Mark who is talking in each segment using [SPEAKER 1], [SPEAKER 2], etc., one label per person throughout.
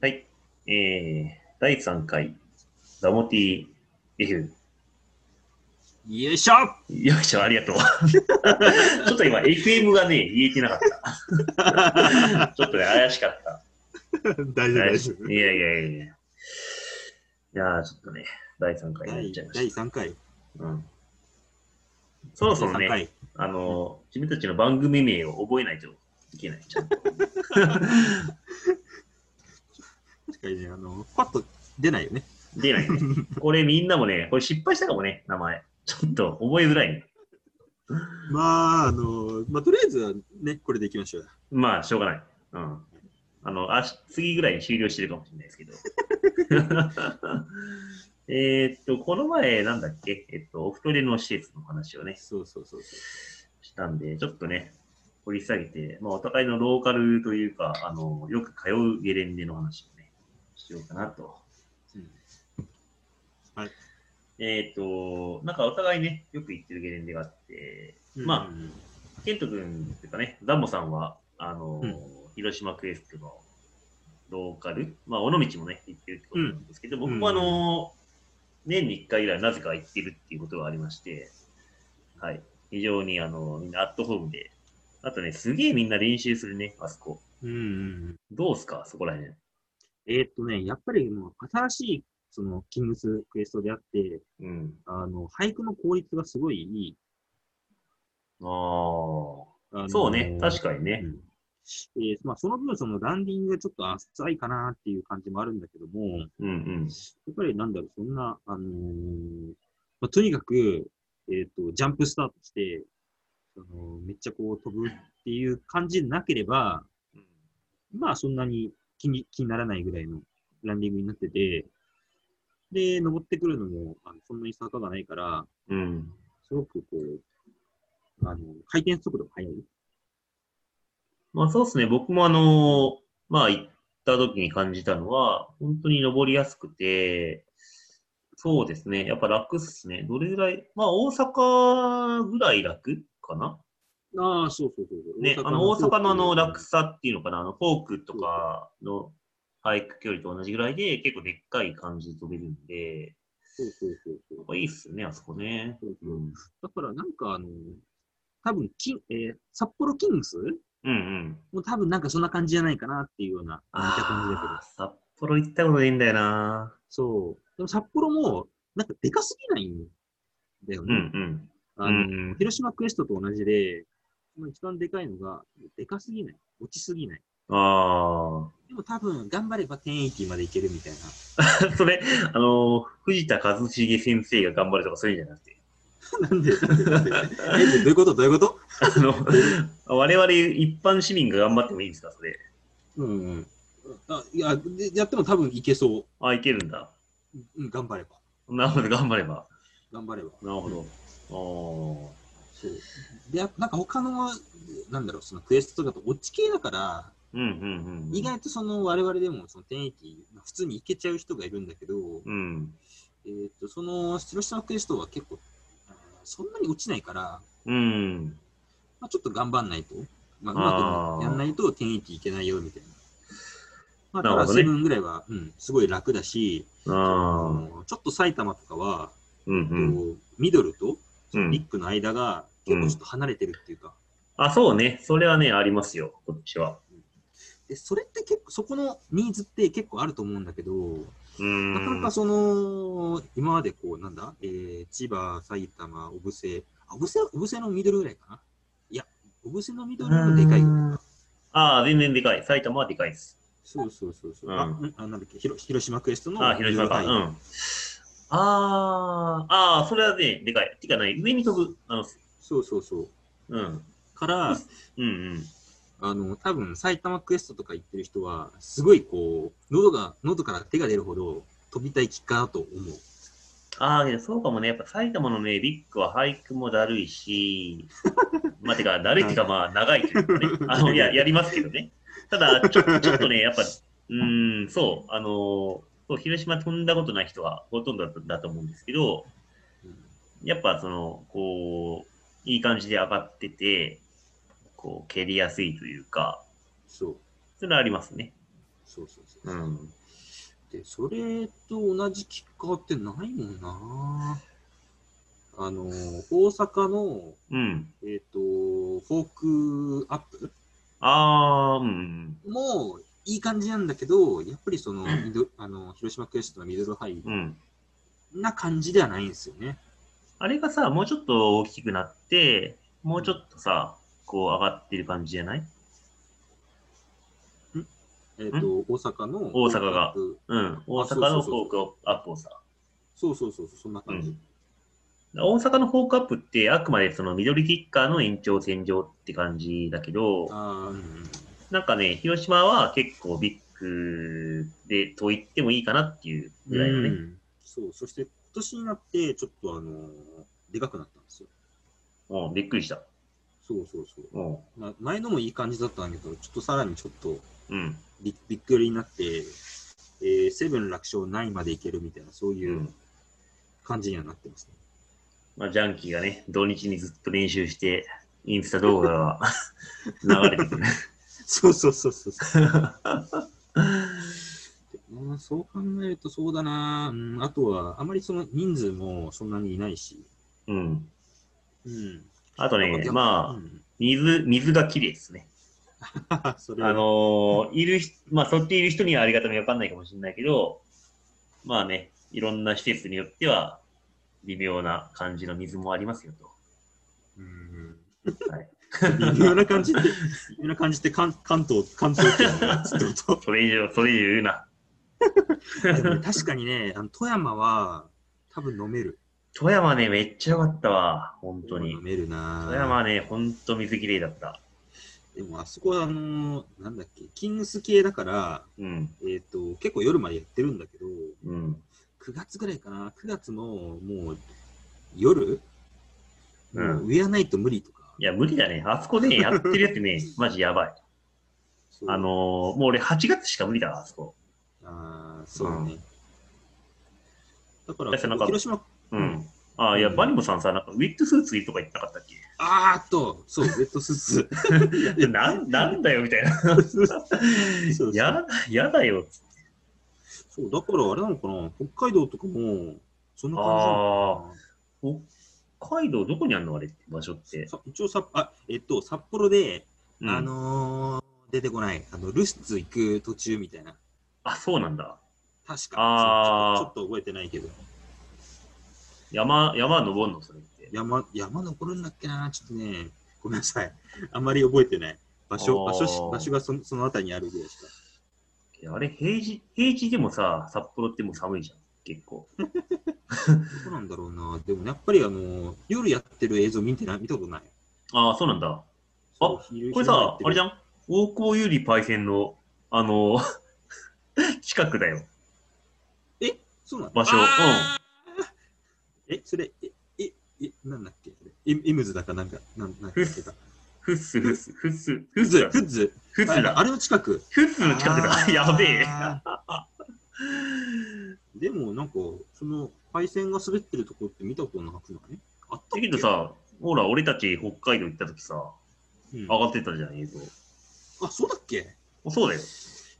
[SPEAKER 1] はい。えー、第3回、ダモティ F。
[SPEAKER 2] よいしょ
[SPEAKER 1] よいしょ、ありがとう。 ちょっと今、FM がね、言えてなかった。 ちょっとね、怪しかった。
[SPEAKER 2] 大丈夫、大丈夫。
[SPEAKER 1] いやいやいやいや。いやー、ちょっとね、第3回になっ
[SPEAKER 2] 第
[SPEAKER 1] ちゃいま
[SPEAKER 2] 第
[SPEAKER 1] し
[SPEAKER 2] 3回。
[SPEAKER 1] た。うん、そもそも
[SPEAKER 2] 第三
[SPEAKER 1] ね、
[SPEAKER 2] 回。
[SPEAKER 1] あのー、君たちの番組名を覚えないといけない。ちゃんと
[SPEAKER 2] 確かにね、あの、パッと出ないよね。
[SPEAKER 1] 出ないね。これみんなもね、これ失敗したかもね、名前。ちょっと覚えづらいね。
[SPEAKER 2] まあ、あの、まあ、とりあえずはね、これでいきましょう。
[SPEAKER 1] まあ、しょうがない。うん。あの、あし次ぐらいに終了してるかもしれないですけど。えーっと、この前、なんだっけ、えっと、お太りの施設の話をね、
[SPEAKER 2] そうそうそうそ
[SPEAKER 1] したんで、ちょっとね、掘り下げて、まあ、お互いのローカルというか、あの、よく通うゲレンデの話をね、しようかなと。
[SPEAKER 2] う。うん
[SPEAKER 1] えーっと、なんかお互いね、よく行ってるゲレンデがあって、まケント君っていうかね、ダンボさんは、あのー
[SPEAKER 2] うん
[SPEAKER 1] 広島クエストのローカル、まあ、尾道もね、行ってるってことなんですけど、僕もあ
[SPEAKER 2] うん
[SPEAKER 1] のー年に1回ぐらいなぜか行ってるっていうことがありまして、はい。非常に、あのーみんなアットホームで、あとね、すげえみんな練習するね、あそこ。
[SPEAKER 2] うん、うんうん。
[SPEAKER 1] どうすか、そこら辺。
[SPEAKER 2] えーっとね、やっぱりもう、新しい、その、キングスクエストであって、
[SPEAKER 1] うん。
[SPEAKER 2] あの、俳句の効率がすごいいい。
[SPEAKER 1] ああ。
[SPEAKER 2] あの
[SPEAKER 1] そうね、確かにね
[SPEAKER 2] う。んえーまあ、その分、そのランディングがちょっと浅いかなっていう感じもあるんだけども、
[SPEAKER 1] うんうん。
[SPEAKER 2] やっぱりなんだろう、そんな、あのーまあ、とにかく、えっ、と、ジャンプスタートして、そのめっちゃこう飛ぶっていう感じでなければ、まあそんなに気に気にならないぐらいのランディングになってて、で、登ってくるのもあのそんなに坂がないから、
[SPEAKER 1] うん。
[SPEAKER 2] すごくこう、あの、回転速度が速い。
[SPEAKER 1] まあそうですね、僕もあのまあ行った時に感じたのは、本当に登りやすくて、そうですね、やっぱ楽っすね。どれぐらい、まあ大阪ぐらい楽かな
[SPEAKER 2] ああ、そうそうそうそう。
[SPEAKER 1] ね、あの大阪のあの落
[SPEAKER 2] ス
[SPEAKER 1] 差っていうのかな、あのフォークとかの俳句距離と同じぐらいで結構でっかい感じで飛べるんで、
[SPEAKER 2] そうそうそうそう。
[SPEAKER 1] まあいいっすね、あそこね。
[SPEAKER 2] そう
[SPEAKER 1] う、
[SPEAKER 2] そうんだからなんかあの、多分キン、えー札幌キングス
[SPEAKER 1] うんうん。
[SPEAKER 2] もう多分なんかそんな感じじゃないかなっていうような、似た感じだけど
[SPEAKER 1] あ。ー札幌行ったことないんだよな。
[SPEAKER 2] そう。でも札幌も、なんかでかすぎないんだよ
[SPEAKER 1] う
[SPEAKER 2] ね。
[SPEAKER 1] んうん。
[SPEAKER 2] あ
[SPEAKER 1] う
[SPEAKER 2] の
[SPEAKER 1] んうん
[SPEAKER 2] 広島クエストと同じで、まあ一番でかいのが、でかすぎない。落ちすぎない。
[SPEAKER 1] ああ。
[SPEAKER 2] でも多分、頑張れば1080までいけるみたいな。
[SPEAKER 1] それ、あの、藤田和重先生が頑張るとかそういうんじゃなくて、
[SPEAKER 2] なんで え、どういうことどういうこと
[SPEAKER 1] あの、我々一般市民が頑張ってもいいんですか、それ。
[SPEAKER 2] うんうん。あいや、でやっても多分いけそ
[SPEAKER 1] あ、いけるんだ。
[SPEAKER 2] う。うん、頑張れば。
[SPEAKER 1] なるほど、頑張れば。
[SPEAKER 2] 頑張れば。
[SPEAKER 1] なるほど。お
[SPEAKER 2] そう。で、やっぱなんか他の、なんだろう、そのクエストだと落ち系だから、
[SPEAKER 1] ーうんうんうん。
[SPEAKER 2] 意外とその我々でもその天域、まあ普通に行けちゃう人がいるんだけど、
[SPEAKER 1] うん。
[SPEAKER 2] えー、とその広島クエストは結構、あーそんなに落ちないから、
[SPEAKER 1] うん。
[SPEAKER 2] まあ、ちょっと頑張んないと、まあ、う
[SPEAKER 1] あー
[SPEAKER 2] まくやんないと天域行けないよみたいな。ま
[SPEAKER 1] な
[SPEAKER 2] あ、だ
[SPEAKER 1] るほ
[SPEAKER 2] から
[SPEAKER 1] どね
[SPEAKER 2] セブンぐらいは、うん、すごい楽だし、あ
[SPEAKER 1] ああ。
[SPEAKER 2] のちょっと埼玉とかは、
[SPEAKER 1] うんうん。
[SPEAKER 2] こうミドルと
[SPEAKER 1] う
[SPEAKER 2] ビ
[SPEAKER 1] ん
[SPEAKER 2] ッ、グの間が結構ちょっと離れてるっていうか、
[SPEAKER 1] あ、そうね。それはね、ありますよ、こっちは。
[SPEAKER 2] でそれって結構、そこのニーズって結構あると思うんだけど、
[SPEAKER 1] うーん。
[SPEAKER 2] なかなかその、今までこう、なんだ、えー千葉、埼玉、小布施、あ、小布施、小布施のミドルぐらいかな。いや、小布施のミドルがでかいよ。
[SPEAKER 1] ああ、全然でかい。埼玉はでかいです。
[SPEAKER 2] そうそうそうそう。
[SPEAKER 1] うん
[SPEAKER 2] あ、うんあなんだっけ、広広島クエストの。
[SPEAKER 1] ああ、広島か。う
[SPEAKER 2] はい
[SPEAKER 1] ん。ああ、ああ、それはね、でかい。てかね、上に飛ぶ。あの、
[SPEAKER 2] そうそうそう。
[SPEAKER 1] うん。
[SPEAKER 2] から、
[SPEAKER 1] うんうん。
[SPEAKER 2] あの、多分埼玉クエストとか行ってる人は、すごいこう、喉が、喉から手が出るほど飛びたいきっかなと思う。
[SPEAKER 1] ああ、けどそうかもね。やっぱ埼玉のね、ビッグは俳句もだるいし、 まあ、てか、だるいっていうか、まあ、長いというかね。あの、や、やりますけどね。ただ、ちょちょっとね、やっぱ、うーん、そう、あのーそう広島飛んだことない人はほとんどだとだと思うんですけど、やっぱ、その、こう、いい感じで上がってて、こう、蹴りやすいというか、
[SPEAKER 2] そう。
[SPEAKER 1] それはありますね。
[SPEAKER 2] そうそうそう。
[SPEAKER 1] うん。
[SPEAKER 2] で、それと同じキッカーってないもんな。あの、大阪の、
[SPEAKER 1] うん。
[SPEAKER 2] えっ、と、フォークアップ
[SPEAKER 1] あー、うん。
[SPEAKER 2] もいい感じなんだけど、やっぱりその、ミドあの広島クエストのミドルハイ
[SPEAKER 1] うん。
[SPEAKER 2] な感じではないんですよね。
[SPEAKER 1] あれがさ、もうちょっと大きくなって、もうちょっとさ、こう上がってる感じじゃない
[SPEAKER 2] えっ、と、大阪の。
[SPEAKER 1] 大阪が
[SPEAKER 2] フォークアップ。
[SPEAKER 1] うん。大
[SPEAKER 2] あそ
[SPEAKER 1] 阪
[SPEAKER 2] うそうそう
[SPEAKER 1] のフォークアップをさ。
[SPEAKER 2] そうそうそうそう、そんな感じ。
[SPEAKER 1] うん大阪のフォークアップってあくまでそのミドルキッカーの延長線上って感じだけど、
[SPEAKER 2] ああ、うん
[SPEAKER 1] なんかね、広島は結構ビッグでと言ってもいいかなっていうぐらいのね。
[SPEAKER 2] うんそう、そして今年になって、ちょっとあのでかくなったんですよ。
[SPEAKER 1] うん、びっくりした。
[SPEAKER 2] そうそうそう。
[SPEAKER 1] うん。
[SPEAKER 2] まあ、前のもいい感じだったんだけど、ちょっとさらにちょっと
[SPEAKER 1] うん。
[SPEAKER 2] びびっくりになって、えーセブン楽勝ないまでいけるみたいな、そういう感じにはなってますね。
[SPEAKER 1] まあ、ジャンキーがね、土日にずっと練習して、インスタ動画が 流れてくる。
[SPEAKER 2] そうそうそうそ うそう、うんそう考えるとそうだな、うん、あとは、あまりその人数もそんなにいないし。
[SPEAKER 1] うん。
[SPEAKER 2] うん。
[SPEAKER 1] あとね、まあ、
[SPEAKER 2] あ、
[SPEAKER 1] 水、水が綺麗ですね。
[SPEAKER 2] うん、 それは
[SPEAKER 1] あのーいる人、まあ、そっている人にはありがたみわかんないかもしれないけど、まあね、いろんな施設によっては、微妙な感じの水もありますよ と。
[SPEAKER 2] うん
[SPEAKER 1] はい
[SPEAKER 2] 微妙な感じって、微妙な感じって関関東、関東圏のやつってこと
[SPEAKER 1] それ以上、それ以上言うな。
[SPEAKER 2] でもね確かにね、あの富山は多分飲める。
[SPEAKER 1] 富山ね、めっちゃ良かったわ。本当に
[SPEAKER 2] 飲。めるな。
[SPEAKER 1] 富山はね、ほんと水綺麗だった。
[SPEAKER 2] でもあそこはあのーなんだっけ、キングス系だから、
[SPEAKER 1] うん。
[SPEAKER 2] えっ、と、結構夜までやってるんだけど、
[SPEAKER 1] うん。
[SPEAKER 2] 9月ぐらいかな、9月のもう夜、
[SPEAKER 1] うん
[SPEAKER 2] もう上やないと無理とか。
[SPEAKER 1] いや、無理だね。あそこで、ね、やってるやつ ね、マジやばい。
[SPEAKER 2] そう
[SPEAKER 1] あのー、もう俺8月しか無理だわ、あそこ。
[SPEAKER 2] あーそうだね。だから、
[SPEAKER 1] だってなんか
[SPEAKER 2] 広島、
[SPEAKER 1] うん。ああ、いや、
[SPEAKER 2] うん
[SPEAKER 1] バニモさんさ、なんかウェットスーツとか言ってなかったっけ
[SPEAKER 2] あーっと、そう、ウェットスーツ。
[SPEAKER 1] いやなんなんだよみたいな。
[SPEAKER 2] そう
[SPEAKER 1] ややだよ。
[SPEAKER 2] そう、だからあれなのかな、北海道とかも、そんな感じなのかな。
[SPEAKER 1] 北海道どこにあるのあれ場所って。
[SPEAKER 2] さ一応さあ、えっと、札幌で、
[SPEAKER 1] うん
[SPEAKER 2] あのー出てこない、あのルスツ行く途中みたいな、
[SPEAKER 1] あ、そうなんだ。
[SPEAKER 2] 確か
[SPEAKER 1] あー
[SPEAKER 2] そうちょっとちょっと覚えてないけど、
[SPEAKER 1] 山、山登んのそれって。
[SPEAKER 2] 山、山登るんだっけな、ちょっとね、ごめんなさい、あんまり覚えてない。場所
[SPEAKER 1] あ
[SPEAKER 2] 場
[SPEAKER 1] ー
[SPEAKER 2] 所し場所がそのその辺りにあるぐらいしか。
[SPEAKER 1] いやあれ、平地、平地でもさ、札幌ってもう寒いじゃん。結構。
[SPEAKER 2] どうなんだろうな、でもやっぱり、あのー夜やってる映像見てない見たことない。
[SPEAKER 1] ああ、そうなんだ。
[SPEAKER 2] そう昼
[SPEAKER 1] これ
[SPEAKER 2] 昼間や
[SPEAKER 1] さ
[SPEAKER 2] っ、て
[SPEAKER 1] あれ
[SPEAKER 2] る
[SPEAKER 1] じゃん大久保有利パイセンの、あの 近くだよ。
[SPEAKER 2] えそうなの
[SPEAKER 1] 場所
[SPEAKER 2] あーえ、それ、え、え、え、なんだっけあれエエムズだかなんか、なんなんだっけ
[SPEAKER 1] フッスフッス、フッス、フッス、フッ
[SPEAKER 2] フッ
[SPEAKER 1] ス
[SPEAKER 2] ズ、
[SPEAKER 1] だ。
[SPEAKER 2] フッズ。
[SPEAKER 1] フッス
[SPEAKER 2] ああ
[SPEAKER 1] だ。
[SPEAKER 2] れの近く。
[SPEAKER 1] フッスの近く
[SPEAKER 2] あ
[SPEAKER 1] だ。
[SPEAKER 2] ー
[SPEAKER 1] やべえ。
[SPEAKER 2] でも、なんか、その、配線が滑ってるところって見たことなくないあった
[SPEAKER 1] だ
[SPEAKER 2] っ
[SPEAKER 1] けどさ、ほら、俺たち北海道行った時さ、
[SPEAKER 2] うん
[SPEAKER 1] 上がってたじゃん、映像。
[SPEAKER 2] あ、そうだっけ
[SPEAKER 1] そう だよ。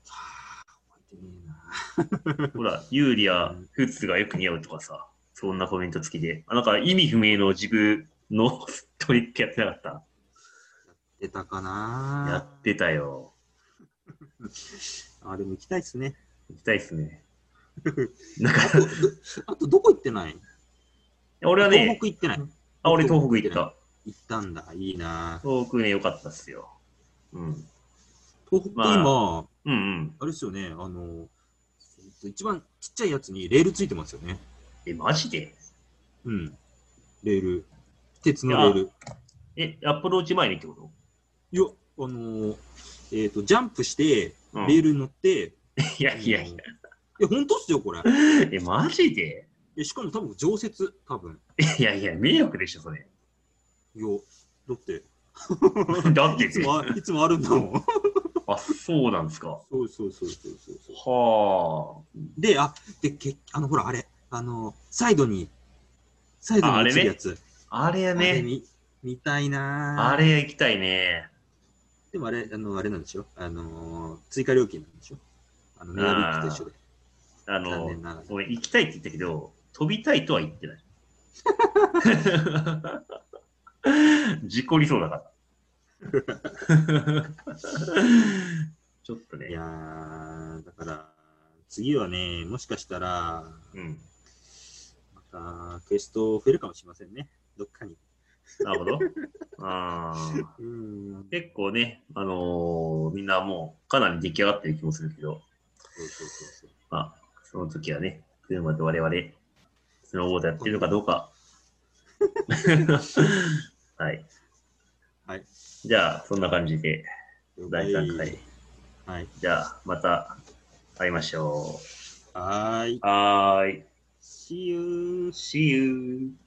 [SPEAKER 2] はあ、覚えてねえな。
[SPEAKER 1] ほら、ユーリ
[SPEAKER 2] う
[SPEAKER 1] や
[SPEAKER 2] ん
[SPEAKER 1] フッツがよく似合うとかさ、そんなコメント付きで。あなんか意味不明の自分の トリックやってなかっ
[SPEAKER 2] 出たか
[SPEAKER 1] た。や
[SPEAKER 2] な
[SPEAKER 1] ってたよ。
[SPEAKER 2] あ、でも行きたいっすね。
[SPEAKER 1] 行きたいっすね。 なん
[SPEAKER 2] あと、
[SPEAKER 1] か、
[SPEAKER 2] どあとどこ行ってない
[SPEAKER 1] 俺は
[SPEAKER 2] 東
[SPEAKER 1] ね、
[SPEAKER 2] 北行ってない。
[SPEAKER 1] あ、俺東北行った。
[SPEAKER 2] 行ったんだ。いいな
[SPEAKER 1] 東北ね、良かったっすよ。うん。
[SPEAKER 2] 東北
[SPEAKER 1] まあ
[SPEAKER 2] 今、
[SPEAKER 1] うんうん。
[SPEAKER 2] あれですよね、あの、えっと一番ちっちゃいやつにレールついてますよね。
[SPEAKER 1] え、マジで
[SPEAKER 2] うん。レール。鉄のレール。
[SPEAKER 1] え、アプローチ前にってこと
[SPEAKER 2] いや、あのーえっ、と、ジャンプして、
[SPEAKER 1] うん
[SPEAKER 2] レールに乗って、
[SPEAKER 1] いや いやいや。
[SPEAKER 2] え、本当っすよ、これ。
[SPEAKER 1] え、マジで
[SPEAKER 2] えしかも多分常設、多分。
[SPEAKER 1] いやいや、迷惑でしょ、そ れ。
[SPEAKER 2] いや、だって。
[SPEAKER 1] だって
[SPEAKER 2] い つもあ、いつもあるんだもん。
[SPEAKER 1] あ、そうなんですか。
[SPEAKER 2] そうそうそうそうそうそう。
[SPEAKER 1] は
[SPEAKER 2] で、あ、で、けあの、ほら、あれ、あのサイドに、サイドに
[SPEAKER 1] ああれ
[SPEAKER 2] 落
[SPEAKER 1] ね
[SPEAKER 2] ちるやつ。
[SPEAKER 1] あ。あれ
[SPEAKER 2] あれ
[SPEAKER 1] ね、
[SPEAKER 2] 見見たいなー
[SPEAKER 1] あれ行きたいね。
[SPEAKER 2] でもあれ、あの、あれなんでしょあのー追加料金なんでしょあの、メアリックと一緒で。
[SPEAKER 1] あ
[SPEAKER 2] 残
[SPEAKER 1] の、
[SPEAKER 2] 念ながら。
[SPEAKER 1] ごめん、行きたいって言ったけど、飛びたいとは言って ない。事故りそうだ から。ちょっと
[SPEAKER 2] い
[SPEAKER 1] ね
[SPEAKER 2] や、ー、だから、次はね、もしかしたら、
[SPEAKER 1] うん、
[SPEAKER 2] また、クエスト増えるかもしれませんね。どっかに。
[SPEAKER 1] なるほど。あー
[SPEAKER 2] うん。
[SPEAKER 1] 結構ね、あのーみんなもうかなり出来上がってる気もするけど、
[SPEAKER 2] そうそうそうそう。
[SPEAKER 1] まあ、その時はね、車と我々、スノーボードやってるのかどう か。はい。
[SPEAKER 2] はい。
[SPEAKER 1] じゃあ、そんな感じで、第3回。
[SPEAKER 2] Dạ, はい。
[SPEAKER 1] じゃあ、また会いましょ
[SPEAKER 2] はーい。
[SPEAKER 1] う。はーい。
[SPEAKER 2] See you.
[SPEAKER 1] See you.